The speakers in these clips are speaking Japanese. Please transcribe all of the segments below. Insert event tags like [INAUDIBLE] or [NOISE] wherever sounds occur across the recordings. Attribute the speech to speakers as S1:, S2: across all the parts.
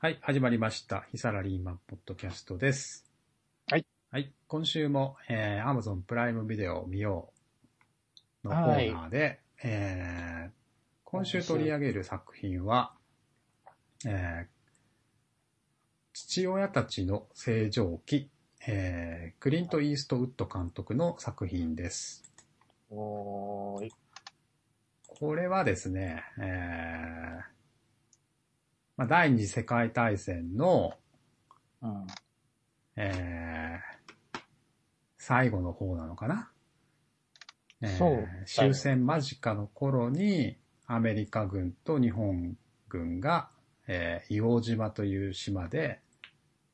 S1: はい、始まりました。ヒサラリーマンポッドキャストです。
S2: はい。
S1: はい、今週も、えー、Amazon プライムビデオを見ようのコーナーで、えー、今週取り上げる作品は、えー、父親たちの成長期、えー、クリント・イーストウッド監督の作品です。
S2: おーい。
S1: これはですね、えーまあ、第二次世界大戦の、
S2: うん。
S1: えー最後の方なのかな、えー
S2: そうだね
S1: 終戦間近の頃に、アメリカ軍と日本軍が、えー、硫黄島という島で、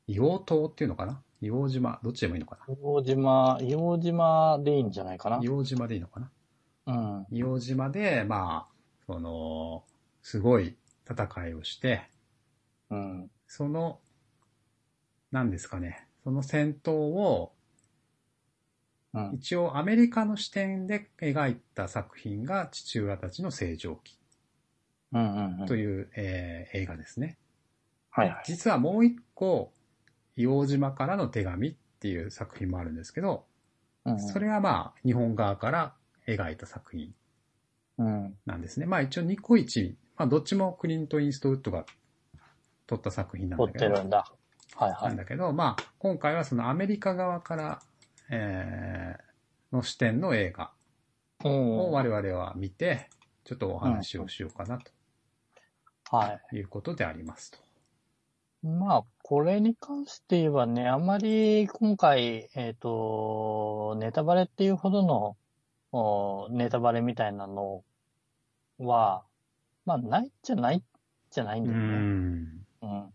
S1: 硫黄島っていうのかな硫黄島、どっちでもいいのか
S2: 硫黄島、硫黄島でいいんじゃないか
S1: な
S2: な。
S1: 硫黄島でいいのかな
S2: うん。
S1: 硫黄島で、まあ、その、すごい戦いをして、
S2: うん。
S1: その、なんですかね、その戦闘を
S2: うん。
S1: 一応アメリカの視点で描いた作品が父親たちの成長期
S2: うん。うん。うん
S1: という、えー映画ですね。
S2: はいはい。
S1: 実はもう一個、硫黄島からの手紙っていう作品もあるんですけど、
S2: うんうん
S1: それはまあ日本側から描いた作品
S2: うん。
S1: なんですね。まあ一応ニコイチ、まあどっちもクリント・インストウッドが撮った作品なん
S2: 撮
S1: だ
S2: っ
S1: け
S2: て
S1: ど、
S2: るんだ。はいは
S1: なん
S2: い。
S1: だけど、まあ、今回はそのアメリカ側から、えーの視点の映画
S2: うん。
S1: を
S2: は
S1: 我々は見て、ちょっとお話をしようかなということでありますと。
S2: い。まあ、これに関して言えばね、あまり今回、えっ、と、ネタバレっていうほどの、おネタバレみたいなのは、まあ、ないじゃないじゃないん
S1: う
S2: だよね。
S1: ん。
S2: うん。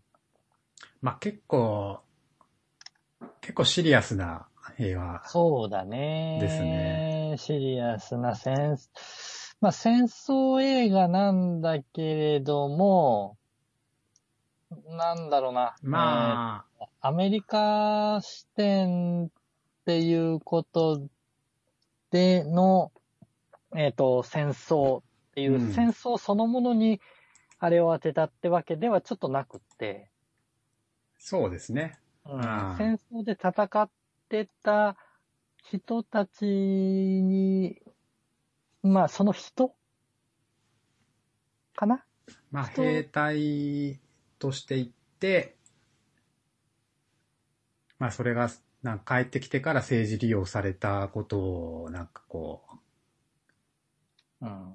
S1: まあ結構、結構シリアスな映画。
S2: そうだね。
S1: ですね。
S2: シリアスな戦、まあ戦争映画なんだけれども、なんだろうな。
S1: まあ、
S2: えーアメリカ視点っていうことでの、えっ、と、戦争っていう、
S1: うん
S2: 戦争そのものにあれを当てたってわけではちょっとなくって、
S1: そうですね。
S2: うん
S1: あー
S2: 戦争で戦ってた人たちに、まあその人かな
S1: まあ
S2: 人
S1: 兵隊として行って、まあそれがなんか帰ってきてから政治利用されたことを、なんかこ
S2: うん。
S1: う、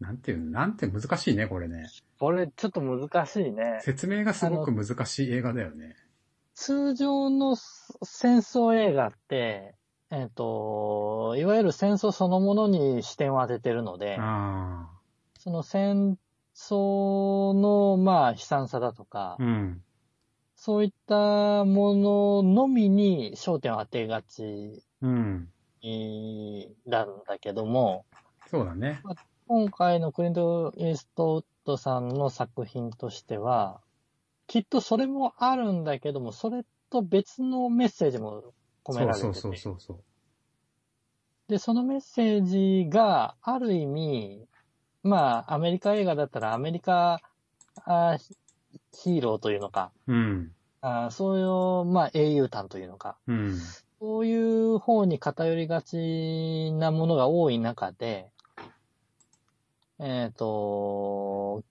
S1: なんていうの、なんて難しいね、これね。
S2: これちょっと難しいね。
S1: 説明がすごく難しい映画だよね。
S2: 通常の戦争映画って、えっ、と、いわゆる戦争そのものに視点を当ててるので、
S1: あ
S2: その戦争の、まあ、悲惨さだとか
S1: あ、、うん。
S2: そういったもののみに焦点を当てがち
S1: うん。
S2: なんだけども、
S1: そうだね。
S2: 今回のクリント・イーストウッドさんの作品としては、きっとそれもあるんだけども、それと別のメッセージも込め
S1: そ
S2: ら
S1: う
S2: れてて
S1: そうそうそうそう。
S2: で、そのメッセージがある意味、まあ、アメリカ映画だったらアメリカあーヒヒーローというのか、
S1: うん。
S2: あーそういう、まあ、英雄譚というのか、
S1: うん。
S2: そういう方に偏りがちなものが多い中で、えっ、と、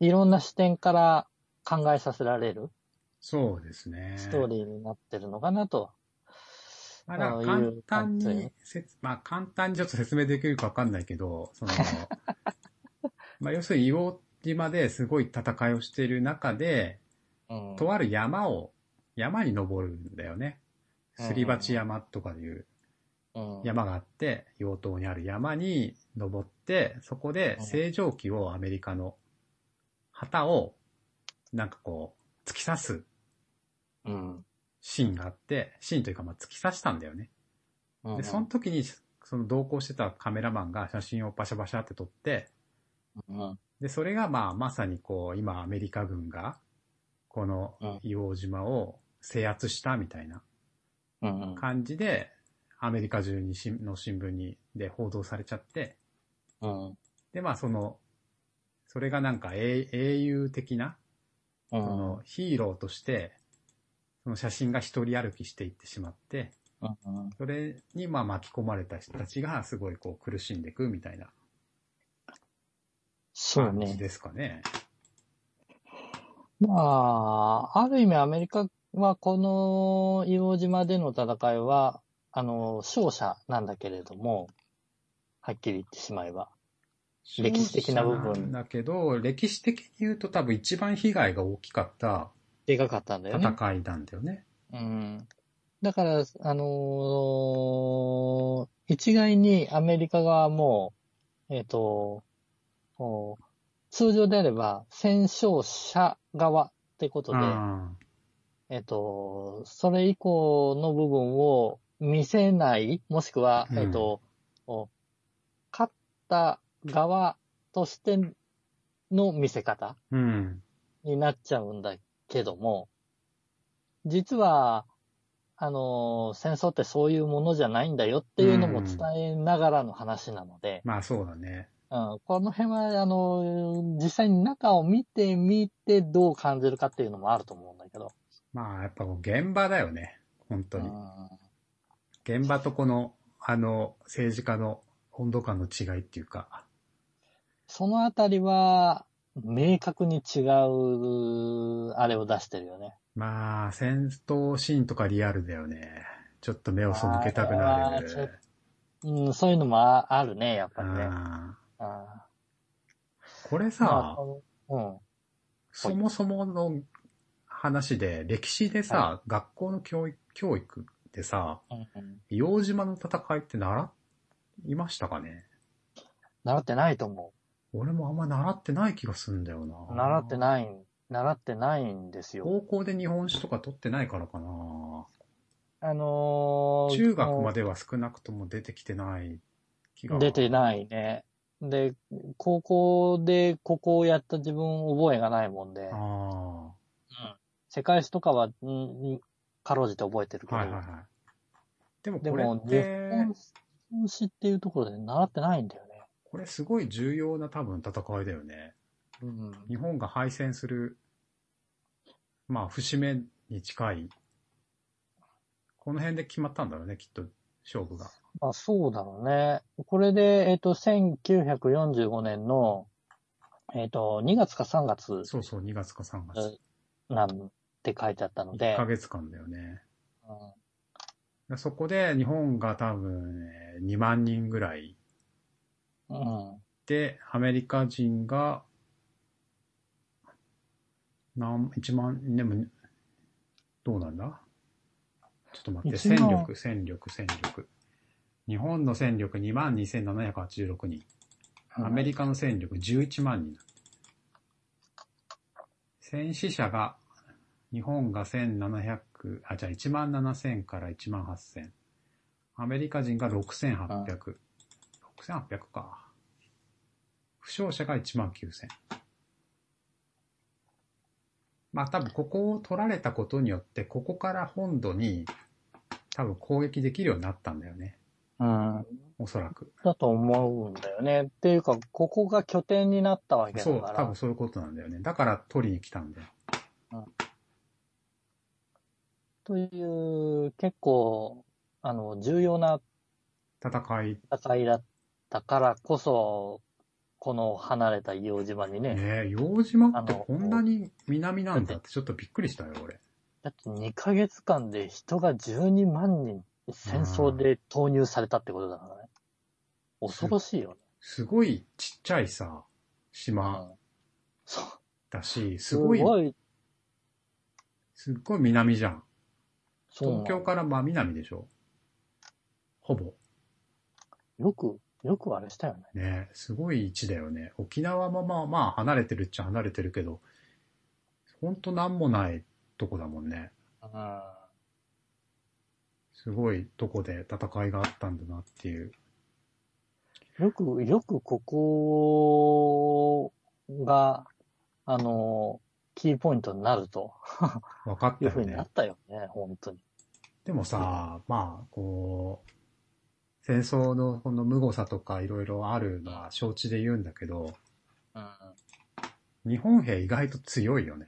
S2: いろんな視点から考えさせられる
S1: そうですね。
S2: ストーリーになってるのかなと。
S1: まあ、だから
S2: ああい
S1: 簡
S2: う
S1: 単
S2: 感じ
S1: に説、まあ簡単にちょっと説明できるかわかんないけど、
S2: [LAUGHS]
S1: その、まあ要するに硫黄島ですごい戦いをしている中で、
S2: うん
S1: とある山を、山に登るんだよね。
S2: うん
S1: すり鉢山とかいう
S2: うん
S1: 山があって、硫黄島にある山に登って、そこで星条旗をアメリカの旗を、なんかこう、突き刺す
S2: うん
S1: シーンがあって、シーンというかまあ突き刺したんだよね。
S2: うん
S1: で、その時に、その同行してたカメラマンが写真をバシャバシャって撮って、
S2: うん
S1: で、それがまあ、まさにこう、今アメリカ軍が、この
S2: うん
S1: 硫黄島を制圧したみたいな
S2: うんうん
S1: 感じで、アメリカ中にしの新聞に、で報道されちゃって、
S2: うん
S1: で、まあその、それがなんか英英雄的な
S2: う
S1: そ
S2: ん。
S1: のヒーローとして、その写真が一人歩きしていってしまって、
S2: うん
S1: それにまあ巻き込まれた人たちがすごいこう苦しんでいくみたいな
S2: そう
S1: 感じ
S2: ね。
S1: ですかね。
S2: まあ、ある意味アメリカはこの硫黄島での戦いは、あの、勝者なんだけれども、はっきり言ってしまえば。歴史的な部分
S1: 勝者んだけど、歴史的に言うと多分一番被害が大きかった
S2: でかかったんだよね。
S1: 戦いなんだよね。
S2: うん。だから、あのー一概にアメリカ側も、えっ、と、お通常であれば戦勝者側ってことで、
S1: あ
S2: えっ、と、それ以降の部分を見せない、もしくは、
S1: うん
S2: えっ、と、お勝った側としての見せ方
S1: ーうん。
S2: になっちゃうんだけども、実は、あの、戦争ってそういうものじゃないんだよっていうのも伝えながらの話なので、
S1: まあそうだね。
S2: うんこの辺は、あの、実際に中を見てみてどう感じるかっていうのもあると思うんだけど。
S1: まあやっぱこう現場だよね。本当
S2: う
S1: に。
S2: ん
S1: 現場とこの、あの、政治家の温度感の違いっていうか。
S2: そのあたりは、明確に違う、あれを出してるよね。
S1: まあ、戦闘シーンとかリアルだよね。ちょっと目を背けたくな
S2: あーちょっ
S1: る。
S2: うん、そういうのもああるね、やっぱりね。
S1: あ
S2: あ
S1: ーこれ
S2: ーま
S1: さ
S2: あ、うん。
S1: そもそもの話で、歴史でさ、学校の教育教育ってさ、
S2: うん
S1: 硫黄島の戦いって習いましたかね
S2: 習ってないと思う。
S1: 俺もあんま習ってない気がすんだよな。
S2: 習って
S1: い。
S2: ない、習ってないんですよ。
S1: 高校で日本史とか取ってないからかな。
S2: あのー、
S1: 中学ま
S2: で
S1: では少なくとも出てきてない気が。
S2: 出て
S1: い。
S2: ないね。で、高校でここをやった自分覚えがないもんで
S1: あ、あ。は
S2: 世界史とかは、うんうんかろうじて覚えてる
S1: い
S2: けど、
S1: はいはい。でも
S2: で
S1: これ
S2: も
S1: っ、
S2: 日
S1: て、
S2: 本史っていうところで習ってないんだよね。
S1: これすごい重要な多分戦いだよね。
S2: うん。
S1: 日本が敗戦する、まあ、節目に近い、この辺で決まったんだろうね、きっと、勝負が。
S2: まあそうだろうね。これで、えっ、と、1945年の、えっ、と、2月か3月
S1: そうそう、2月か3月。
S2: なんて書いてあったので
S1: 1、ヶ月間だよね。
S2: うん
S1: そこで日本が多分えー2万人ぐらい
S2: うん。
S1: で、アメリカ人が、何、1万、でも、どうなんだちょっと待って、
S2: 一
S1: 戦
S2: 万
S1: 力、戦力、戦力。日本の戦力2万2786人。アメリカの戦力11万人だって。戦死者が、日本が1700、あ、じゃあ1万7000から1万8000。アメリカ人が6800。6800か。負傷者が1万9000。まあ多分ここを取られたことによって、ここから本土に多分攻撃できるようになったんだよね。
S2: うん。
S1: おそらく。
S2: だと思うんだよね。っていうか、ここが拠点になったわけだか
S1: そ
S2: ら。
S1: う、多分そういうことなんだよね。だから取りに来たんだよ。
S2: という、結構、あの、重要な
S1: 戦い
S2: 戦いだったからこそ、この離れた硫黄島にね、
S1: ねえ、洋島
S2: あ
S1: って
S2: の
S1: こんなに南なんだってちょっとびっくりしたよ、俺。
S2: だって2ヶ月間で人が12万人戦争で投入されたってことだからね。恐ろしいよね。
S1: すごいちっちゃいさ、島
S2: うんそう。
S1: だし、すごい、
S2: い
S1: すっごい南じゃん。
S2: そうなん
S1: 東
S2: だ
S1: 京から真南でしょほぼ。
S2: よく、よくあれしたよね。
S1: ねえ、すごい位置だよね。沖縄もまあまあ離れてるっちゃ離れてるけど、ほんとなんもないとこだもんね。
S2: うん。
S1: すごいとこで戦いがあったんだなっていう。
S2: よく、よくここが、あの、キーポイントになると
S1: 分かった
S2: いう
S1: よ
S2: ふうに
S1: ね
S2: な。ったよね、本当に。
S1: でもさ、まあ、こう、戦争のこの無誤さとかいろいろあるのは承知で言うんだけど、
S2: うん。
S1: 日本兵意外と強いよね。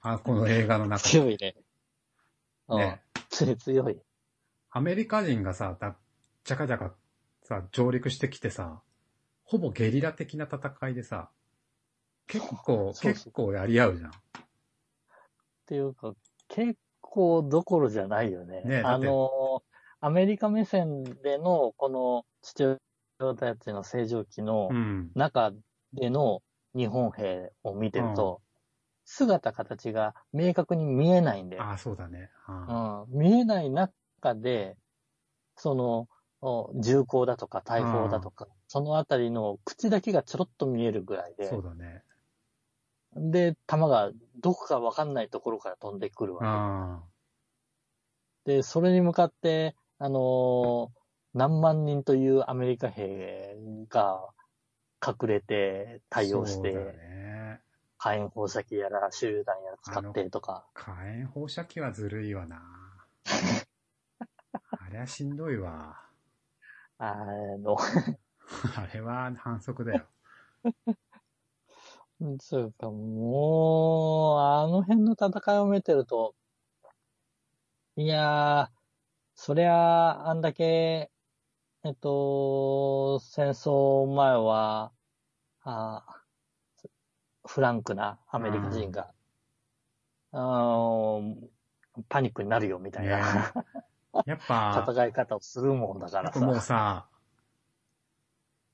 S1: あ、この映画の中
S2: 強いね。
S1: で、ね。
S2: うん。強い。
S1: アメリカ人がさ、だ、じゃかじゃかさ、上陸してきてさ、ほぼゲリラ的な戦いでさ、結構、
S2: そうそう
S1: 結構やり合うじゃん。
S2: っていうか、結構どころじゃないよね。
S1: ねえだ
S2: あ
S1: って
S2: の、アメリカ目線での、この父親たちの正常期の
S1: うん。
S2: 中での日本兵を見てると、姿形が明確に見えないんだよ。
S1: あ、そうだね。あ
S2: うん、見えない中で、その、お銃口だとか大砲だとか、そのあたりの口だけがちょろっと見えるぐらいで、
S1: そうだね。
S2: で、弾がどこかわかんないところから飛んでくるわけ。
S1: あ
S2: で、それに向かって、あのー何万人というアメリカ兵が隠れて
S1: あ。
S2: 対応し
S1: そうだ
S2: て、
S1: ね。
S2: 火炎放射器やら、手榴弾やら使ってとか、
S1: 火炎放射器はずるいわ
S2: [LAUGHS]
S1: な。あれはしんどいわ。
S2: あの、
S1: あれは反則だよ。
S2: そうか、もう、あの辺の戦いを見てると、いやー、そりゃあ、あんだけ、えっと、戦争前は、あフランクなアメリカ人が、あーパニックになるよみたい
S1: ね
S2: な [LAUGHS]
S1: やっぱ、
S2: 戦い方をするもんだか
S1: や
S2: ら
S1: っぱもう
S2: さ。
S1: さ、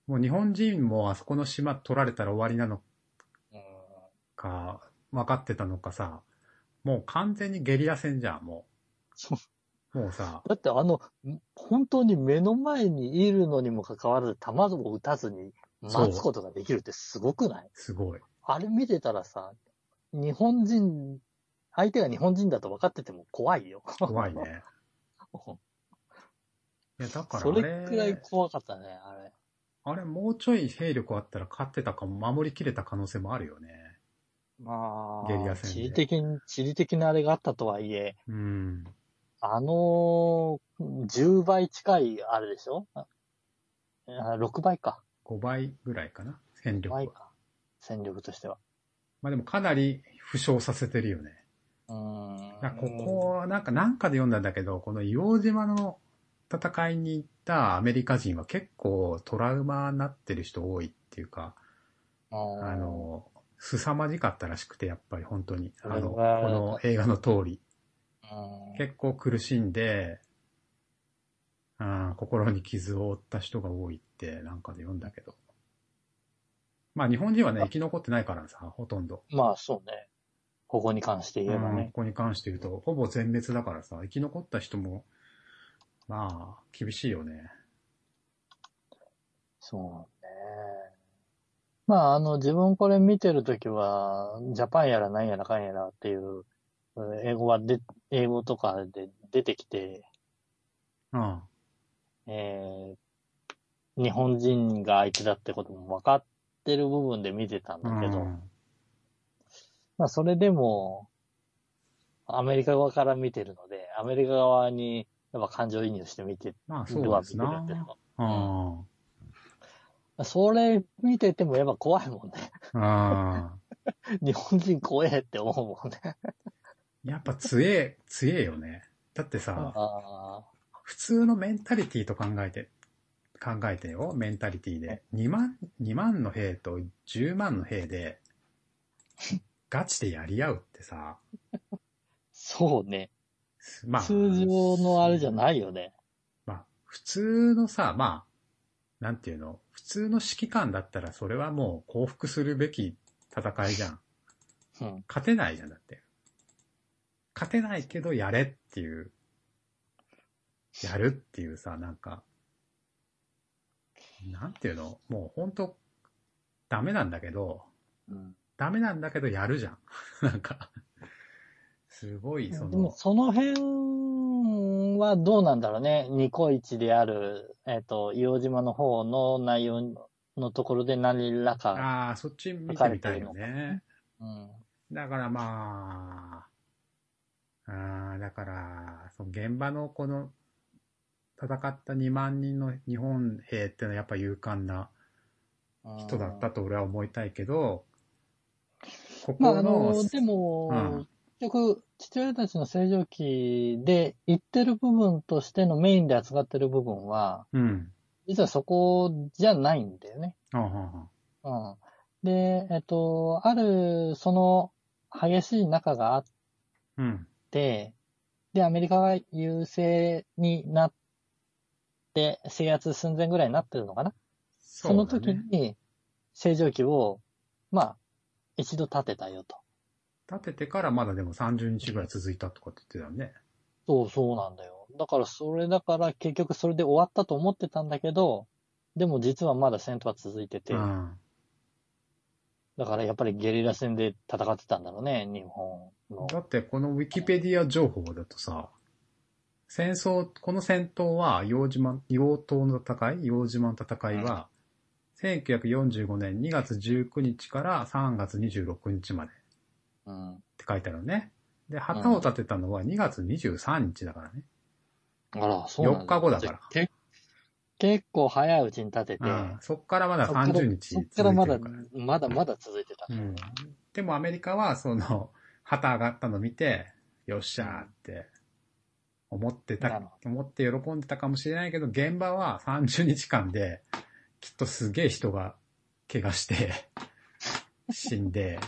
S1: もう日本人もあそこの島取られたら終わりなの
S2: うん
S1: か、分かってたのかさ、もう完全にゲリラ戦じゃん、も
S2: そう
S1: う。もうさ、
S2: だってあの、本当に目の前にいるのにもかかわらず、弾を撃たずに待つことができるってすごくない
S1: すごい。
S2: あれ見てたらさ、日本人、相手が日本人だと分かってても怖いよ。
S1: 怖い
S2: [LAUGHS]
S1: ね。いや、だから
S2: そ
S1: あ
S2: れくらい
S1: れ、
S2: 怖かったね、あれ。
S1: あれもうちょい兵力あったら勝ってたかも、守りきれた可能性もあるよね。
S2: ま
S1: ゲリ
S2: あ
S1: ラ、戦で
S2: 地理的に、地理的なあれがあったとはいえ、
S1: うん。
S2: あの10倍近いあれでしょああ ?6 倍か。
S1: 5倍ぐらいかな、戦
S2: 5
S1: 力は
S2: 倍。か。戦力としては。
S1: まあでもかなり負傷させてるよね。
S2: うーん。
S1: だからここはなんか、なんかで読んだんだけど、この硫黄島の戦いに行ったアメリカ人は結構トラウマになってる人多いっていうか、
S2: うん、
S1: あの、凄まじかったらしくて、やっぱり本当に。あの、
S2: そ
S1: こ
S2: れは
S1: の映画の通り。
S2: うん、
S1: 結構苦しんで、あー心に傷を負った人が多いってなんかで読んだけど。まあ日本人はね、生き残ってないからさ、ほとんど。
S2: まあそうね。ここに関して言えば
S1: うんこ
S2: ね。
S1: こに関して言うと、ほぼ全滅だからさ、生き残った人も、まあ、厳しいよね。
S2: そうね。まああの自分これ見てるときは、ジャパンやらなんやらかんやらっていう、うん英語はで、英語とかで出てきて、
S1: うん。
S2: えー、日本人が相手だってことも分かってる部分で見てたんだけ
S1: う
S2: ど、
S1: ん
S2: まあそれでも、アメリカ側から見てるので、アメリカ側にやっぱ感情移入して見て
S1: まあ、そ
S2: る
S1: う
S2: は
S1: です
S2: 見てる
S1: な。
S2: んだけど。
S1: うん。
S2: それ見ててもやっぱ怖いもんね。 [LAUGHS]
S1: うん。 [LAUGHS]
S2: 日本人怖えって思うもんね。
S1: やっぱ強え、強えよね。だってさ、
S2: あ
S1: 普通のメンタリティと考えて、考えてよ、メンタリティで。2万、2万の兵と10万の兵
S2: [LAUGHS]
S1: で、ガチでやり合うってさ、
S2: そうね。
S1: まあ、
S2: 通常のあれじゃないよね。
S1: まあ、普通のさ、まあ、なんていうの、普通の指揮官だったらそれはもう降伏するべき戦いじゃん。
S2: うん。
S1: 勝てないじゃん、だって。勝てないけどやれっていう、やるっていうさ、なんか、なんていうの、もうほんと、ダメなんだけど、
S2: うん、
S1: ダメなんだけどやるじゃん。 [LAUGHS] なんか、すごい、
S2: で
S1: その、
S2: もその辺はどうなんだろうね。ニコイチである、えっ、と、硫黄島の方の内容のところで何らか。
S1: ああ、そっち見てみたいよね。
S2: うん。
S1: だからまあ、ああ、だから、その現場のこの、戦った2万人の日本兵ってのはやっぱ勇敢な人だったと俺は思いたいけど、こ
S2: ま
S1: こ
S2: あ、あ
S1: の、
S2: の、でも、
S1: うん
S2: 局、父親たちの正常期で言ってる部分としてのメインで扱ってる部分は、
S1: うん。
S2: 実はそこじゃないんだよね。
S1: あはは。
S2: うん。で、えっと、ある、その、激しい仲があっ
S1: うん。
S2: って、で、アメリカが優勢になって、制圧寸前ぐらいになってるのかなそ,、
S1: うだ
S2: の
S1: ね
S2: 時に、正常期を、まあ、一度立てたよと。
S1: 立ててからまだでも30日ぐらい続いたとかって言ってたよね。
S2: そう、そうなんだよ。だから、それだから、結局それで終わったと思ってたんだけど、でも実はまだ戦闘は続いてて、
S1: うん。
S2: だからやっぱりゲリラ戦で戦ってたんだろうね、日本の。
S1: だってこのウィキペディア情報だとさ、戦争、この戦闘は、洋島、洋島の戦い洋島の戦いは、1945年2月19日から3月26日までっ
S2: うん。
S1: て書いてあるね。で、旗を立てたのは2月23日だからね。
S2: あら、そうなん
S1: 4日後だから
S2: じゃあけ結構早いうちに立てて、
S1: うん。そっからまだ30日
S2: そっ
S1: 続いて
S2: か
S1: る
S2: ら
S1: か
S2: ま
S1: ら
S2: だ
S1: ね。、
S2: まだまだ続いてた。
S1: うん。でもアメリカは、その、 [LAUGHS] 旗上がったの見て、よっしゃーって、思って
S2: な
S1: た
S2: るほ、
S1: 思って喜んでたかもしれないけど、現場は30日間で、きっとすげえ人が怪我して、
S2: [LAUGHS]
S1: 死んで、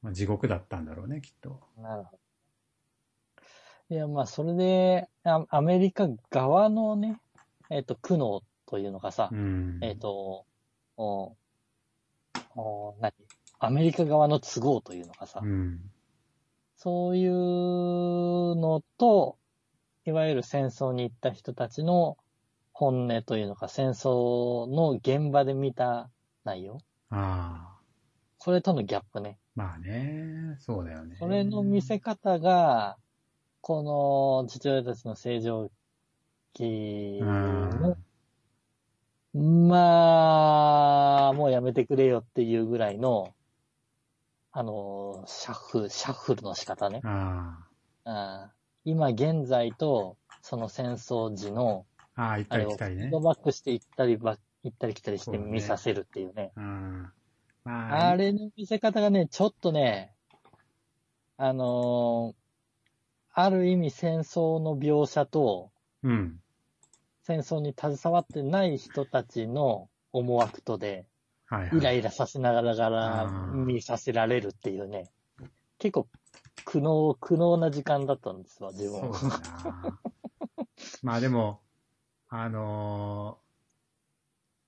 S1: まあ、地獄だったんだろうね、きっと。
S2: なるほど。いや、まあ、それで、あアメリカ側のね、えっ、と、苦悩というのがさ、
S1: うん。
S2: えっ、と、おお何アメリカ側の都合というのがさ、
S1: うん。
S2: そういうのと、いわゆる戦争に行った人たちの本音というのか、戦争の現場で見た内容
S1: ああ。
S2: これとのギャップね。
S1: まあね、そうだよね。
S2: それの見せ方が、この父親たちの正常期
S1: うん
S2: の、。まあ、もうやめてくれよっていうぐらいの、あの、シャッフル、シャッフルの仕方ね。
S1: あ
S2: うん、今現在と、その戦争時の、
S1: あ。ああ、行っ
S2: あ
S1: た
S2: れ
S1: り来
S2: をフ
S1: たりね
S2: ィー。ドバックして行ったりば、行ったり来たりし
S1: そう
S2: て
S1: だね
S2: 見させるっていうね。
S1: うん。まあ、
S2: あれの見せ方がね、ちょっとね、あのーある意味戦争の描写と、
S1: うん。
S2: 戦争に携わってない人たちの思惑とで、
S1: はいはい。
S2: イライラさせながら
S1: うん
S2: 見させられるっていうね、結構苦悩、苦悩な時間だったんですわ、自分は。
S1: そうだな。まあでも、あのー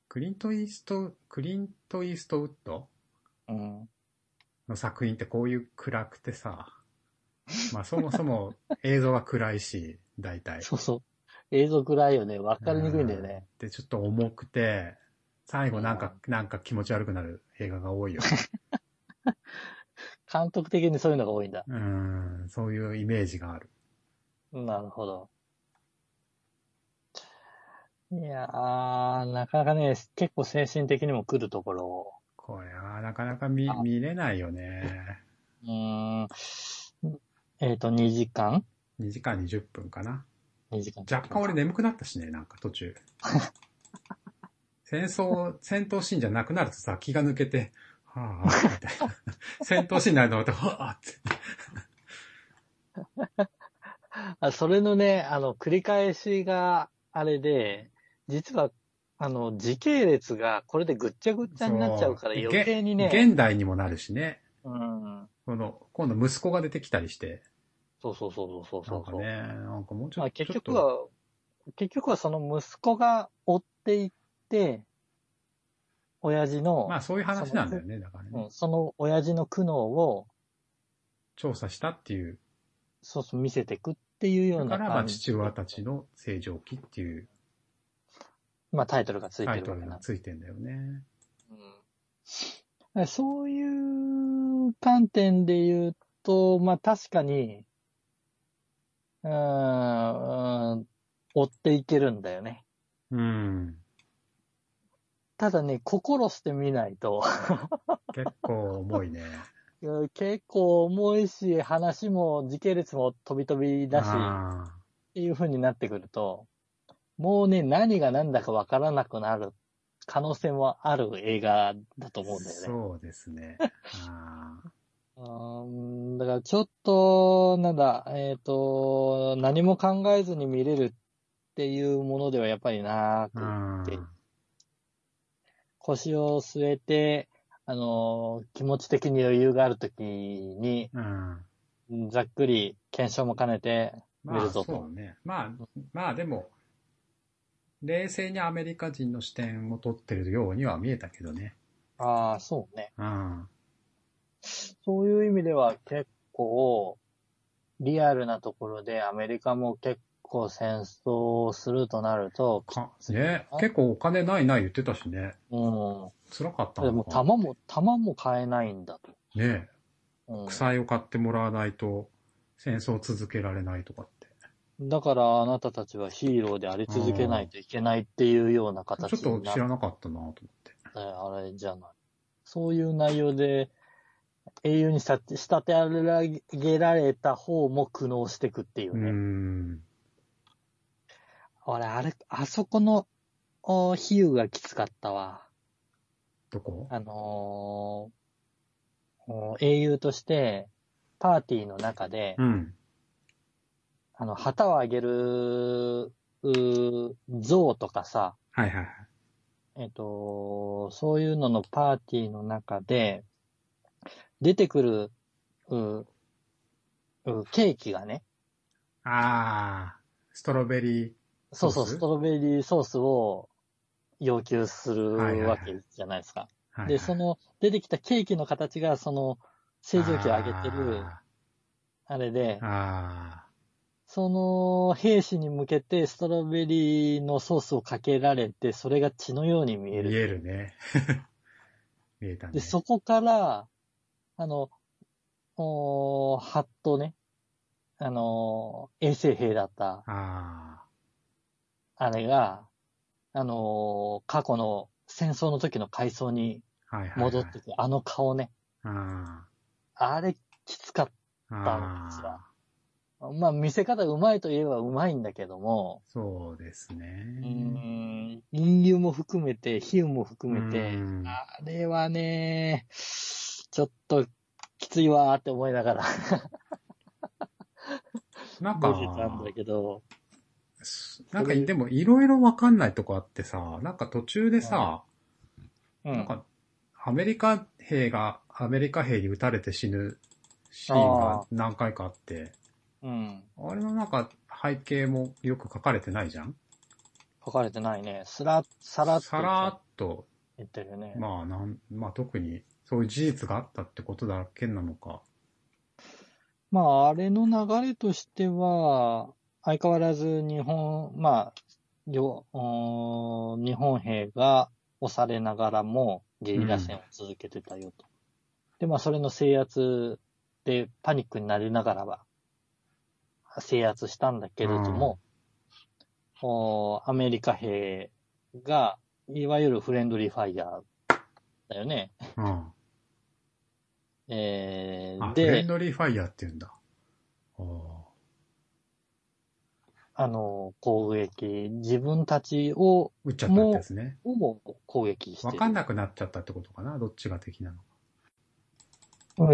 S1: クリント・イースト、クリント・イーストウッド
S2: うん。
S1: の作品ってこういう暗くて
S2: [LAUGHS]
S1: さ、まあそもそも映像が暗いし、大体。
S2: そうそう。映像暗いよね、わかりにくいんだよね。
S1: で、ちょっと重くて、最後なんか、なんか気持ち悪くなる映画が多いよね。
S2: 監督的にそういうのが多いんだ。 [LAUGHS]
S1: うん、そういうイメージがある。
S2: なるほど。いやー、なかなかね、結構精神的にも来るところを。
S1: これはなかなか見、見れないよね。
S2: うーん。えっ、と、2時間
S1: 2時間20分かな。
S2: ?2 時間。
S1: 若干俺眠くなったしね、なんか途中。戦争、戦闘シーンじゃなくなるとさ、気が抜けて、はぁ、みたいな。戦闘シーンになるのって、はぁって。
S2: あ、それのね、あの、繰り返しがあれで、実は、あの、時系列がこれでぐっちゃぐっちゃになっちゃうから
S1: そう
S2: 余計に
S1: げ
S2: ね、
S1: 現代にもなるしね。
S2: うん。
S1: この、今度息子が出てきたりして、
S2: そうそうそうそう
S1: な
S2: そ
S1: ん
S2: う
S1: か
S2: そう。
S1: ね、なんかもうちょ
S2: ま
S1: っ
S2: あ
S1: と。
S2: 結
S1: ちょ
S2: 局
S1: っと、
S2: は、結局はその息子が追っていって、親父の、
S1: まあそういう話なんだよね、だから
S2: う
S1: ね。
S2: ん、その親父の苦悩を、
S1: 調査したっていう。
S2: そうそう見せていくっていうよ
S1: だ
S2: う
S1: か
S2: な
S1: ら、まあ
S2: 感じ。
S1: 父親たちの正常期っていう
S2: まあタイトルがつい
S1: タ
S2: て
S1: イ
S2: る
S1: ト
S2: わ
S1: ル
S2: け
S1: が
S2: な。
S1: ついてんだよね。
S2: うん、そういう観点で言うと、まあ確かに、うーん、うん追っていけるんだよね。
S1: うん。
S2: ただね、心してみないと、
S1: 結構重
S2: [LAUGHS]
S1: いね。
S2: うん結構重いし、話も時系列も飛び飛びだし、っ
S1: あー
S2: ていう風になってくると、もうね、何が何だかわからなくなる可能性もある映画だと思うんだよね。 [LAUGHS]
S1: そうですね。あー
S2: うーんだからちょっと、なんだ、えっ、と、何も考えずに見れるっていうものではやっぱりな
S1: う
S2: く、
S1: ん。
S2: で腰を据えて、あの、気持ち的に余裕があるときに、
S1: うん。
S2: ざっくり検証も兼ねて、
S1: ま
S2: ウェ
S1: あ、
S2: ルズ
S1: そ
S2: を
S1: うね。まあ、まあでも、冷静にアメリカ人の視点を取ってるようには見えたけどね。
S2: ああ、そうね。
S1: うん。
S2: そういう意味では結構、リアルなところでアメリカも結構戦争をするとなると、
S1: かね、結構お金ないない言ってたしね。
S2: うん。
S1: 辛かった
S2: で
S1: の
S2: も
S1: か。
S2: 弾も、弾も買えないんだと。
S1: ね
S2: うん、
S1: 草を買ってもらわないと戦争を続けられないとかって。
S2: だからあなたたちはヒーローであり続けないといけないっていうような
S1: ちょ
S2: 形
S1: っ
S2: に
S1: と
S2: なっ
S1: 知らなかったなと思って。
S2: たあれじゃない。そういう内容で、英雄に仕立て仕立て上げられた方も苦悩していくっていううね。
S1: ん。
S2: 俺、あれ、あそこの、お比喩がきつかったわ。
S1: どこ
S2: あのーお英雄として、パーティーの中で、
S1: うん。
S2: あの、旗をあげる、うー像とかさ、
S1: はいはいはい。
S2: えっと、そういうののパーティーの中で、出てくる、ううケーキがね、
S1: あー、ストロベリー。
S2: そうそう、
S1: ソース
S2: ストロベリーソースを要求する
S1: はいはいはい
S2: わけじゃないですか。
S1: はいはい
S2: で、そ、の出てきたケーキの形が、その、成長期を上げてる、あれで
S1: あー、あ
S2: その兵士に向けてストロベリーのソースをかけられて、それが血のように見え
S1: ー、
S2: る。
S1: 見えるね。 [LAUGHS] 見えたね。
S2: で、そこから、あの、おーはっとね、あのー衛生兵だった、
S1: あ
S2: あれが、あのー過去の戦争の時の回想に
S1: ー、はいはい、はい。
S2: 戻ってくる、あの顔ね、
S1: あ
S2: あれきつかっ
S1: ー
S2: んです
S1: あ
S2: わた。まあ、見せ方うまいといえばうまいんだけども、
S1: ー、そうですね
S2: う。ん、陰流も含めて、比喩も含めて、
S1: うん
S2: あれはね、ちょっときついわーって思いながら
S1: なんか
S2: 出、てたんだけど、
S1: なんか、でもいろいろわかんないとこあってさ、なんか途中でさ、
S2: う
S1: なんか、アメリカ兵がアメリカ兵に撃たれて死ぬシーン
S2: あ
S1: が
S2: ー
S1: 何回かあって、
S2: うん。
S1: あれのなんか背景もよく書かれてないじゃん
S2: 書かれてないね。すら、さらっと
S1: さらーっと、
S2: 言ってるよね。
S1: まあなん、まあ特にそういう事実があったってことだけなのか。
S2: まあ、あれの流れとしては、相変わらず日本、まあ、よ、うーん日本兵が押されながらもゲリラ戦を続けてたよと。で、まあ、それの制圧でパニックになりながらは、制圧したんだけれども、おーアメリカ兵が、いわゆるフレンドリーファイヤーだよね。
S1: うん。
S2: え
S1: あ
S2: ー、、
S1: フレ
S2: で
S1: ン、ドリーファイヤーって言うんだ。あー
S2: あの、攻撃、自分たちを、
S1: 撃っちゃったってやつね。
S2: をも攻撃して
S1: わ
S2: る。
S1: かんなくなっちゃったってことかなどっちが敵なのか。
S2: うん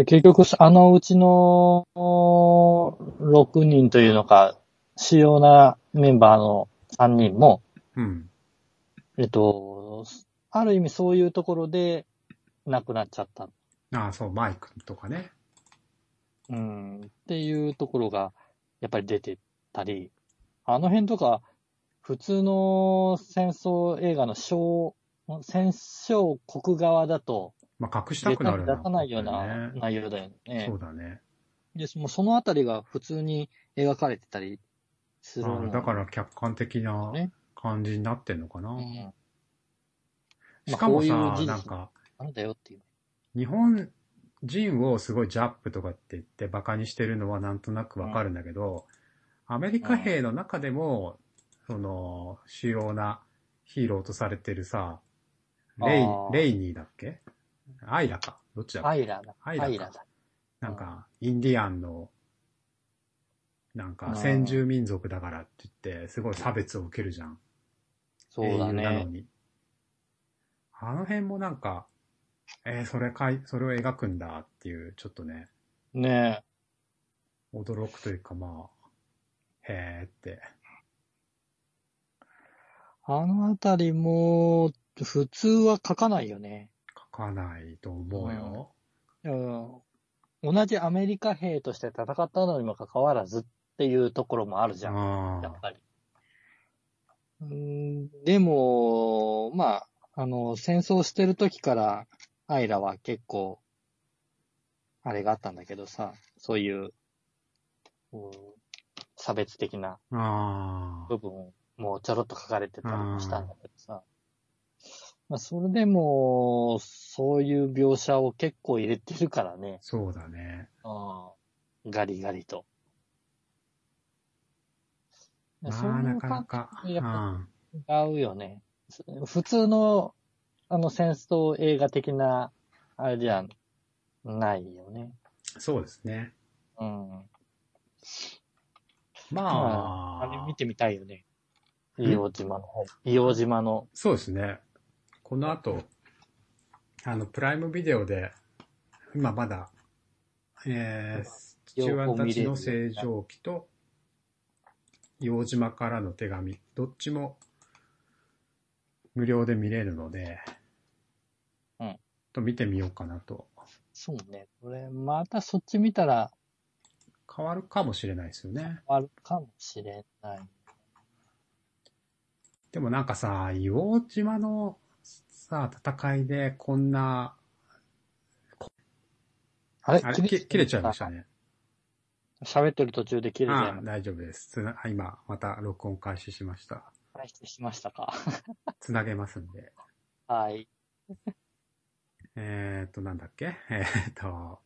S2: 結局、あのうちのお6人というのか、主要なメンバーの3人も、
S1: うん。
S2: えっと、ある意味そういうところで亡くなっちゃった。
S1: ああ、そう、マイクとかね。
S2: うん、っていうところが、やっぱり出てたり、あの辺とか、普通の戦争映画の小、戦勝国側だと、
S1: まあ、隠したくなる
S2: 出さないような
S1: ね
S2: 内容だよね
S1: そ。うだね。
S2: で、もうそのあたりが普通に描かれてたりする
S1: あ
S2: の
S1: ーだから客観的な
S2: ね
S1: 感じになってんのかな。
S2: うん
S1: しかもさ、
S2: まあこういう事実
S1: なんか、
S2: なんだよっていう。
S1: 日本人をすごいジャップとかって言ってバカにしてるのはなんとなくわかるんだけど、アメリカ兵の中でも、その、主要なヒーローとされてるさ、レイ
S2: あ、ー
S1: レイニーだっけアイラか。どっちだっけ
S2: アイラだ。
S1: アイラか
S2: だ。
S1: なんか、インディアンの、なん
S2: う
S1: か、
S2: ん
S1: 先住民族だからって言って、すごい差別を受けるじゃん。
S2: そうだ
S1: 英雄なの
S2: ね。
S1: に。あの辺もなんか、えーそれかい、それを描くんだっていう、ちょっとね、
S2: ねえ。
S1: 驚くというかまあ、へーって。
S2: あのあたりも、普通は書かないよね。
S1: 書かないと思うよ。
S2: うん同じアメリカ兵として戦ったのにもかかわらずっていうところもあるじゃん。
S1: あ
S2: や
S1: あ
S2: っ。ぱり。うんでも、まあ、あの、戦争してる時から、アイラは結構、あれがあったんだけどさ、そういう、うん差別的な
S1: ああ。
S2: 部分もちょろっと書かれてたりもしたんだけどさ。まあ、それでも、そういう描写を結構入れてるからね。
S1: そうだね。
S2: ガリガリと。
S1: ま
S2: そう
S1: あ、
S2: い
S1: な
S2: う
S1: かなか。
S2: 感
S1: う
S2: じやっぱ
S1: ん。
S2: 違うよね。普通の、あの、戦争映画的な、あれじゃないよね。
S1: そうですね。
S2: うん。
S1: ま
S2: ま
S1: あ、
S2: あれ見てみたいよね。硫黄島の方。硫黄島の。
S1: そうですね。この後、あの、プライムビデオで、今まだ、えー、父親たちの正常期と、洋島からの手紙、どっちも無料で見れるので、
S2: うん
S1: と見てみようかなと。
S2: そうね。これ、またそっち見たら、
S1: 変わるかもしれないですよね。
S2: あるかもしれない。
S1: でもなんかさ、硫黄島のさ、戦いでこんな、
S2: あれ
S1: あれ、き切れちゃいました。ね。
S2: 喋ってる途中で切れちゃいま
S1: あ
S2: し
S1: あ大丈夫です。つな今、また録音開始しました。
S2: た。回避しました [LAUGHS] か。
S1: つなげますんで。
S2: はい。
S1: えーっと、なんだっけえーっと、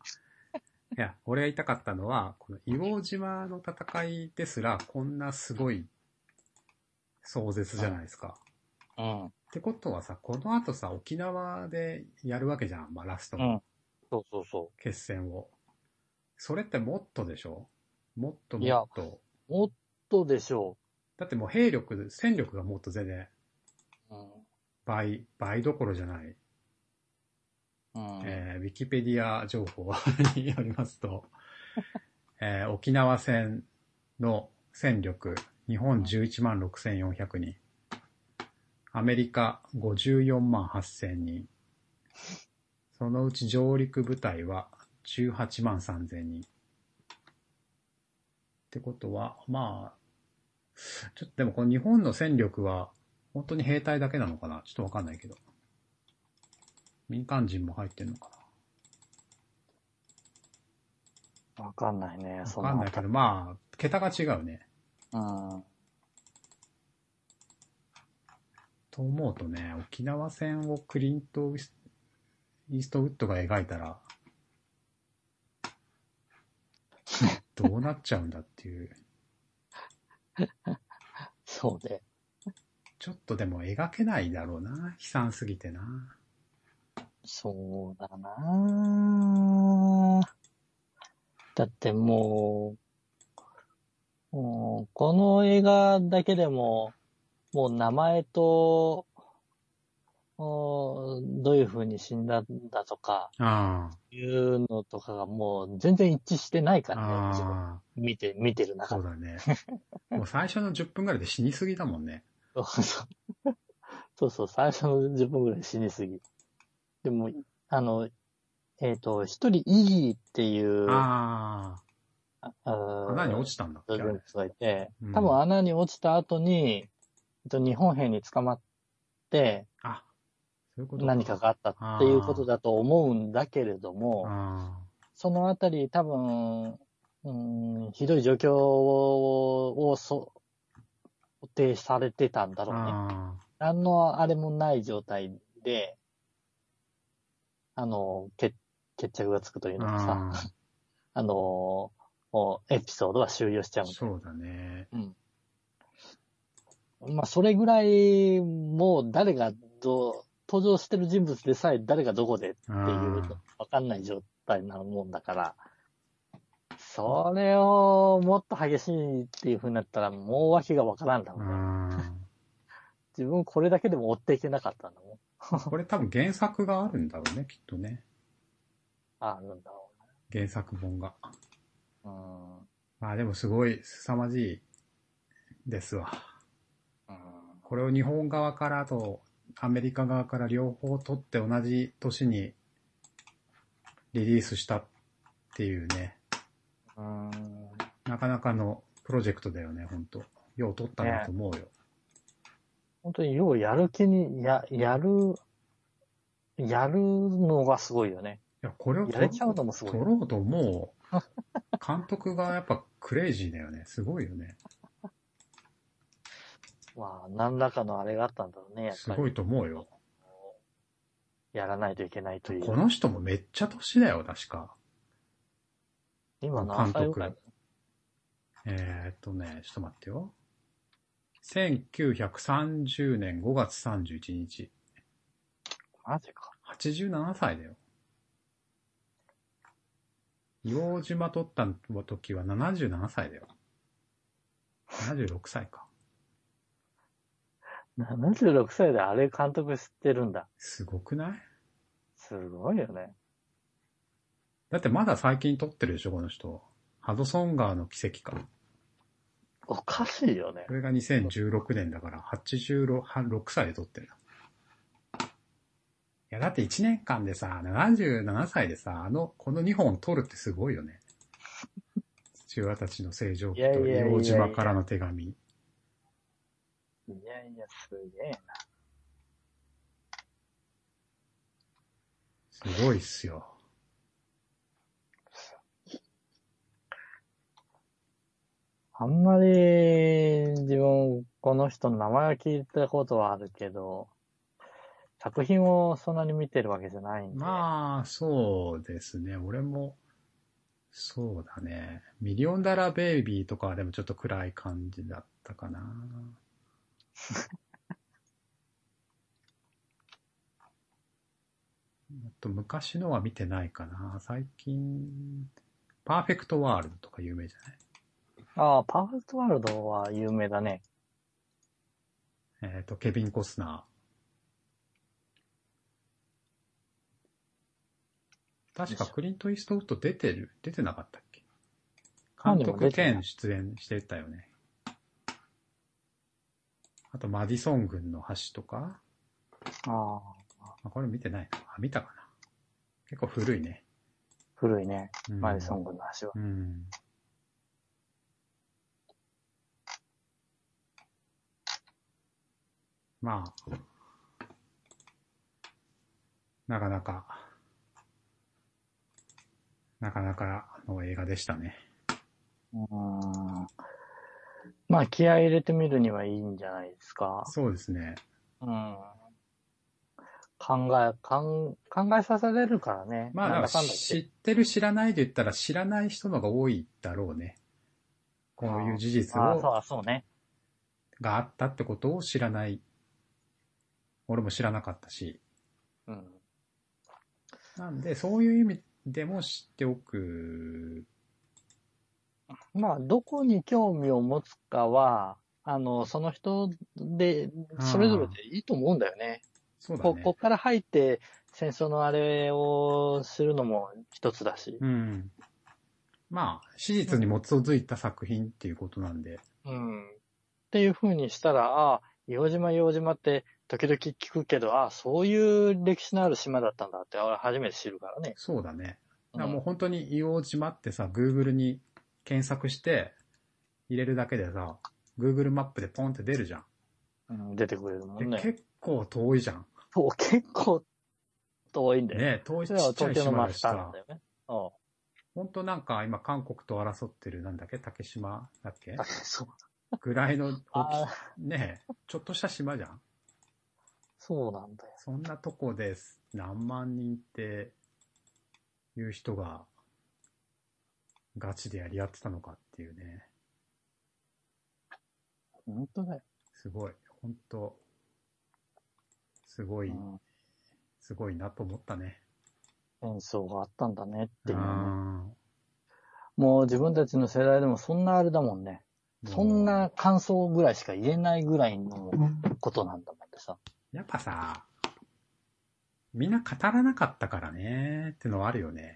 S1: いや、俺が言いたかったのは、この硫黄島の戦いですら、こんなすごい壮絶じゃないですか。
S2: うん。
S1: ってことはさ、この後さ、沖縄でやるわけじゃん。まあ、ラスト
S2: う
S1: の
S2: ん。そうそうそ
S1: 決戦を。それってもっとでしょもっとも
S2: いや
S1: っと。
S2: う。もっとでしょ
S1: だってもう兵力、戦力がもっと全然
S2: う。
S1: 倍、倍どころじゃない。
S2: うん。うん。
S1: えーウィキペディア情報によります
S2: [LAUGHS]
S1: と、えー沖縄戦の戦力、日本11万6400人、アメリカ54万8000人、そのうち上陸部隊は18万3000人。ってことは、まあ、ちょっとでもこの日本の戦力は本当に兵隊だけなのかなちょっとわかんないけど。民間人も入ってんのかな
S2: わかんないね、そ
S1: わかんないけど、まあ、桁が違うね。
S2: の。
S1: と思うとね、沖縄戦をクリント・イースイーストウッドが描いたら、どうなっちゃうんだっていう。
S2: うん。そうで。
S1: ちょっとでも描けないだろうな。悲惨すぎてな。
S2: そうだなぁだってもう、もうこの映画だけでも、もう名前と、おーどういう風に死んだんだとか、
S1: あ
S2: いうのとかがもう全然一致してない
S1: あ。
S2: からね自分、
S1: ああ。
S2: 見て、見てる中
S1: そう
S2: で。
S1: だね。もう最初の10分ぐらいで死にすぎだもんね。
S2: そうそう。そうそう、最初の10分ぐらい死にすぎ。でも、あの、えっ、と、一人イギーっていう、
S1: ああ。
S2: 穴
S1: 穴に落ちたんだっけあれ
S2: がいて
S1: うん、
S2: 多分穴に落ちた後に、えっと日本兵に捕まって、
S1: あ、そういうこと
S2: 何かがあったっていうことだと思うんだけれども、
S1: あ
S2: そのあたり多分、うん、ひどい状況を、を想定されてたんだ
S1: あ。
S2: ろうね。
S1: あ
S2: 何のあれもない状態で、あの、決決着がつくという
S1: あ。
S2: のかさ、
S1: ああ。
S2: あの、もうエピソードは終了しちゃうんだよね
S1: そうだね。
S2: まあ、それぐらい、もう誰がどう、登場してる人物でさえ誰がどこでって
S1: あ
S2: いう
S1: ー、
S2: わかんない状態なもんだから、それをもっと激しいっていう風になったら、もう訳がわからんだもんね。
S1: あ
S2: 自分これだけでも追っていけなかったんだもん。
S1: これ多分原作があるんだろうね、きっとね。
S2: あるんだろ
S1: 原作本が。
S2: う。うん。
S1: まあでもすごい凄まじいですわ。
S2: うん。
S1: これを日本側からとアメリカ側から両方取って同じ年にリリースしたっていうね、
S2: うん。
S1: なかなかのプロジェクトだよね、ほんと。よう取ったなと思うよ。
S2: 本当にようやる気に、や、やる、やるのがすごいよね。
S1: いや、これを
S2: や
S1: 取
S2: れちゃうのもすごい
S1: 取ろうともう、監督がやっぱクレイジーだよね。すごいよ
S2: [LAUGHS]
S1: ね。
S2: まあ、何らかのあれがあったんだろうね、やっ
S1: す
S2: ぱ
S1: ご
S2: り。
S1: いと思うよ。
S2: やらないといけないとい
S1: こ
S2: う。
S1: の人もめっちゃ年だよ、確か。
S2: 今何歳ぐら
S1: 監
S2: い
S1: 督えー、っとね、ちょっと待ってよ。1930年5月31日。
S2: マジか。
S1: 87歳だよ。洋島取った時は77歳だよ。76歳か。
S2: 76歳であれ監督知ってるんだ。
S1: すごくない
S2: すごいよね。
S1: だってまだ最近撮ってるでしょ、この人。ハドソン川の奇跡か。
S2: おかしいよね
S1: こ。れが2016年だから、86 6歳で撮ってるな。いや、だって1年間でさ、77歳でさ、あの、この2本撮るってすごいよ
S2: [LAUGHS]
S1: ね。父親たちの正常期
S2: いやいや
S1: と、
S2: いやいや
S1: 洋島からの手紙。
S2: いやいや、すげえな。
S1: すごいっすよ。
S2: あんまり、自分、この人の名前は聞いたことはあるけど、作品をそんなに見てるわけじゃないんで。
S1: まあ、そうですね。俺も、そうだね。ミリオンダラーベイビーとかはでもちょっと暗い感じだったかな。あと昔のは見てないかな。最近、パーフェクトワールドとか有名じ
S2: ああ、パーフェクトワールドは有名だね。
S1: ゃないえっ、と、ケビン・コスナー。確かクリント・イーストウッド出てる出てなかったっけ監督兼出演してたよね。あと、マディソン軍の橋とか。
S2: ああ、
S1: あこれ見てないな。あ、見たかな。結構古いね。
S2: 古いね。
S1: うん
S2: マディソン軍の橋は。
S1: うん。まあ、なかなか、なかなかの映画でしたね。
S2: うーん。まあ、気合い入れてみるにはいいんじゃないですか。
S1: そうですね。
S2: うん。考え、考え考えさせれるからね。
S1: まあ、
S2: な
S1: なんん
S2: だ
S1: か
S2: かんだ
S1: 知
S2: 言って。
S1: ってる知らないで言ったら知らない人のが多いだろうね。こういう事実
S2: ああ、そう
S1: を、
S2: だ、そうね。
S1: があったってことを知らない。俺も知らなかったし。
S2: うん。
S1: なんで、そういう意味でも知っておく。
S2: まあ、どこに興味を持つかは、あの、その人で、それぞれでいいと思うんだよね。
S1: そうだ
S2: こ
S1: ね。
S2: こっから入って、戦争のあれをするのも一つだし。
S1: うん。まあ、史実に基づいた作品っていうことなんで。
S2: うん。っていう風にしたら、ああ、洋島洋島って時々聞くけど、ああ、そういう歴史のある島だったんだって、俺初めて知るからね。
S1: そうだね。だ
S2: う
S1: から
S2: ん
S1: もう本当に硫黄島ってさ、Google に検索して入れるだけでさ、Google マップでポンって出るじゃん。
S2: うん出てくれるも
S1: で
S2: んね。
S1: 結構遠いじゃん。
S2: そう、結構遠いんだよね。
S1: ね遠いち
S2: それは
S1: っちゃ
S2: 東
S1: い
S2: 京の
S1: 島
S2: 真
S1: だし
S2: 下な
S1: さ
S2: んだ。よね。うん。
S1: 本当なんか今韓国と争ってるなんだっけ竹島だっけ
S2: あそう
S1: ぐらいの
S2: あ
S1: 大き、ねえちょっとした島じゃん。
S2: そうなんだよ。
S1: そんなとこです。何万人っていう人がガチでやり合ってたのかっていうね。
S2: 本当だよ。
S1: すごい。ほんと、すご
S2: う
S1: い、
S2: ん
S1: すごいなと思ったね。
S2: 戦争があったんだねっていうね、
S1: あ
S2: もう自分たちの世代でもそんなあれだもんね。
S1: ー
S2: そん。な感想ぐらいしか言えないぐらいのことなんだもんでさ。
S1: やっぱさ、みんな語らなかったからね、ってのはあるよね。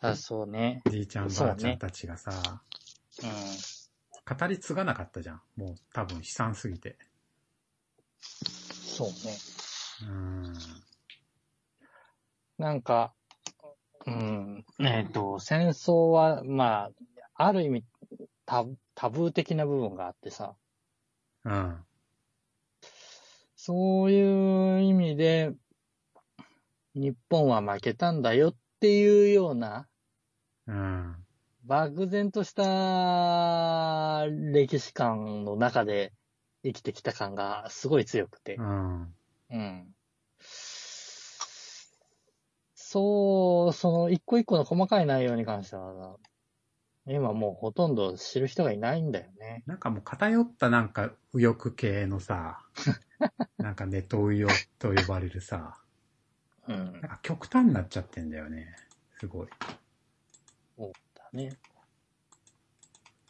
S2: あ、そうね。
S1: じいちゃんばあちゃんたちがさ、
S2: うん。
S1: 語り継がなかったじゃん。もう多分悲惨すぎて。
S2: そうね。
S1: うん。
S2: なんか、うん、えっ、と、戦争は、まあ、ある意味タ、タブー的な部分があってさ、
S1: うん。
S2: そういう意味で、日本は負けたんだよっていうような、
S1: うん。
S2: 漠然とした歴史観の中で生きてきた感がすごい強くて
S1: う。ん。
S2: うん。そう、その一個一個の細かい内容に関しては、今もうほとんど知る人がいないんだよね。
S1: なんかもう偏ったなんか右翼系の
S2: [LAUGHS]
S1: さ、なんかネトウヨと呼ばれるさ、
S2: うん
S1: な。んか極端になっちゃってんだよね。すごい。
S2: だね。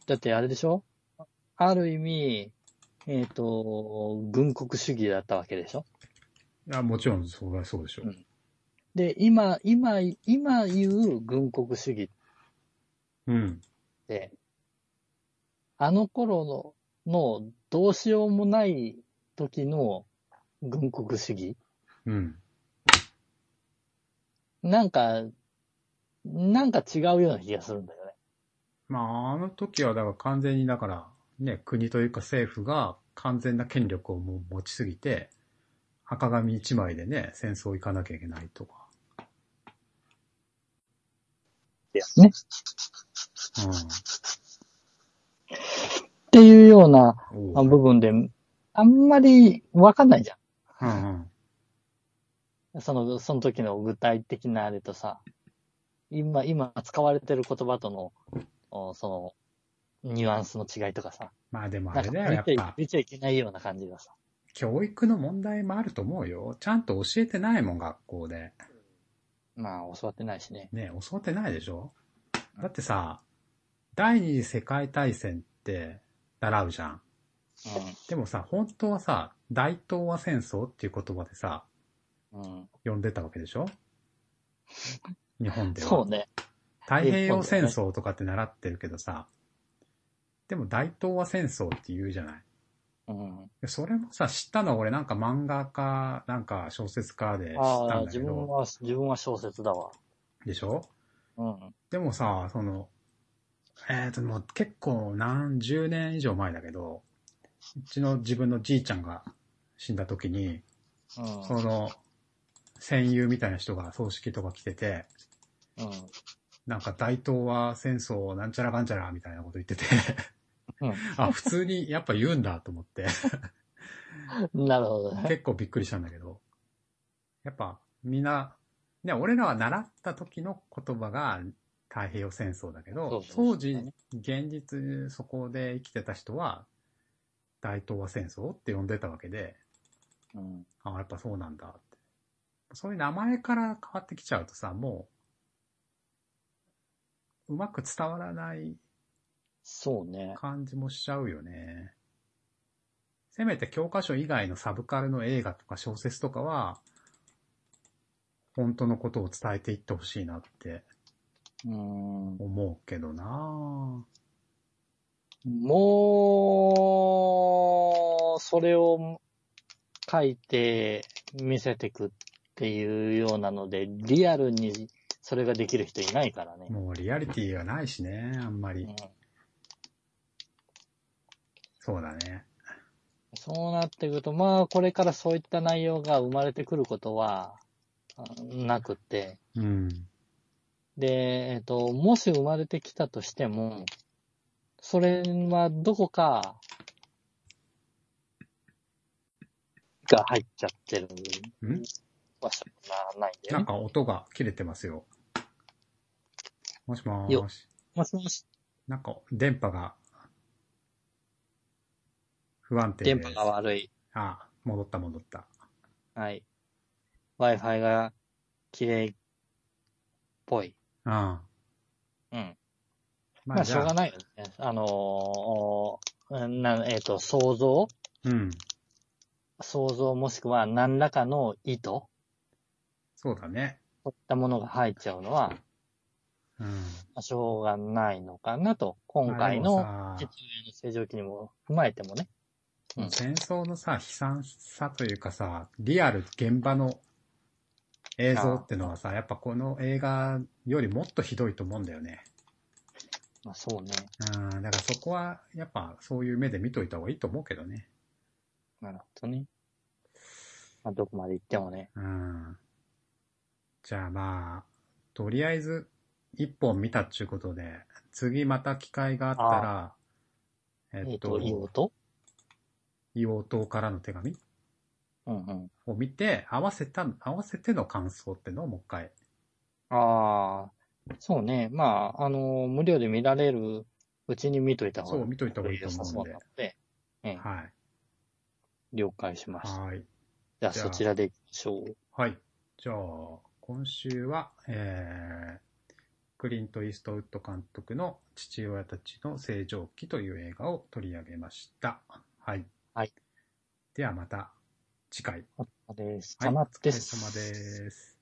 S2: だってあれでしょある意味、えっ、と、軍国主義だったわけでしょ
S1: いや、もちろんそれはそうでしょ
S2: う。んで、今、今、今言う軍国主義
S1: うん。
S2: って、あの頃の、のどうしようもない時の軍国主義
S1: うん。
S2: なんか、なんか違うような気がするんだよね。
S1: まあ、あの時はだから完全にだから、ね、国というか政府が完全な権力をもう持ちすぎて、赤紙一枚でね、戦争行かなきゃいけないとか。
S2: ですね。っていうような
S1: うん。
S2: まあ
S1: おう
S2: 部分で、あんまりわかんないじゃん。
S1: うんうん。
S2: その、その時の具体的なあれとさ、今、今使われてる言葉との、おその、ニュアンスの違いとかさ、
S1: まあでも
S2: な
S1: あ
S2: ん
S1: れ
S2: か
S1: だよ、や
S2: 見
S1: ってぱ。
S2: 見ちゃいけないような感じがさ。
S1: 教育の問題もあると思うよ。ちゃんと教えてないもん、学校で。
S2: まあ、教わってないしね。
S1: ね、教わってないでしょだってさ、第二次世界大戦って習うじゃん。でもさ、本当はさ、大東亜戦争っていう言葉でさ、
S2: うん。うん。
S1: 呼んでたわけでしょ日本では。
S2: そうね。
S1: 太平洋戦争とかって習ってるけどさ、でも大東亜戦争って言うじゃない。
S2: うん。
S1: でそれもさ、知ったのは俺なんか漫画家、なんか小説家で知っ
S2: あ
S1: た
S2: あ、
S1: んだけ
S2: 自分
S1: ど、
S2: は、自分は小説だわ。
S1: でしょ
S2: うん。
S1: でもさ、その、えっ、と、もう結構何十年以上前だけど、うちの自分のじいちゃんが死んだ時に、その、戦友みたいな人が葬式とか来てて、
S2: うん。
S1: なんか大東亜戦争なんちゃらかんちゃらみたいなこと言ってて、
S2: うん
S1: あ、普通にやっぱ言うんだと思
S2: [LAUGHS]
S1: って、
S2: うん。なるほどね。
S1: 結構びっくりしたんだけど、やっぱみんな、ね、俺らは習った時の言葉が太平洋戦争だけ
S2: そ
S1: ど
S2: う、そう
S1: 当時、現実そこで生きてた人は、大東亜戦争って呼んでたわけで、
S2: うん。
S1: あ、やっぱそうなんだって。そういう名前から変わってきちゃうとさ、もう、うまく伝わらない
S2: そうね。
S1: 感じもしちゃうよね。せめて教科書以外のサブカルの映画とか小説とかは、本当のことを伝えていってほしいなって
S2: うん。
S1: 思うけどな
S2: もう、それを書いて見せてくっていうようなので、リアルにそれができる人いないからね。
S1: もうリアリティがないしね、あんま
S2: う
S1: り
S2: ん。
S1: そうだね。
S2: そうなってくると、まあ、これからそういった内容が生まれてくることはあなくって。
S1: うん。
S2: で、えっと、もし生まれてきたとしても、それはどこか、が入っちゃってる
S1: ん
S2: 場所がないんだよ
S1: な
S2: ね
S1: ん。か音が切れてますよ。もしもー
S2: よ
S1: し。
S2: もしもし、
S1: なんか電波が不安定です。
S2: 電波が悪い。
S1: あ、戻った戻った。
S2: はい。Wi-Fi が綺麗っぽい。
S1: うん。ま
S2: うん。ま
S1: あ
S2: あ、しょうが
S1: い。
S2: ないよね。あのーおー、なえっ、と、想像
S1: うん。
S2: 想像もしくは何らかの意図
S1: そうだね。
S2: そういったものが入っちゃうのは、
S1: うん。
S2: まあしょうがないのかなと、今回の
S1: あで
S2: 父
S1: も
S2: 親の正常期にも踏まえてもね。う
S1: さ
S2: ん
S1: 戦争のさ、悲惨さというかさ、リアル現場の映像ってのはさ、やっぱこの映画よりもっとひどいと思うんだよね。
S2: まあそうね。
S1: うん、だからそこは、やっぱそういう目で見といた方がいいと思うけどね。
S2: なるほどね。まあどこまで行ってもね。
S1: うん。じゃあまあ、とりあえず、一本見たっちゅうことで、次また機会があったら、
S2: え
S1: え
S2: っ
S1: っと
S2: と、、いい音
S1: 硫黄島からの手紙
S2: うんうん。
S1: を見て、合わせた、合わせての感想ってのをもう一回。
S2: ああ、そうね。まあ、あの無料で見られるうちに見といた方が
S1: そう見といた方がいいと思うんで
S2: 良さそうなので、ええ
S1: はい。
S2: 了解しました。
S1: はい。
S2: じゃあ、
S1: じゃあ
S2: そちらで行きましょう。
S1: はい。じゃあ、今週は、えー、クリント・イーストウッド監督の父親たちの成長期という映画を取り上げました。はい。
S2: はい。
S1: ではまた次回。
S2: お疲
S1: は
S2: れ
S1: い、
S2: 様です。
S1: お疲れ様です。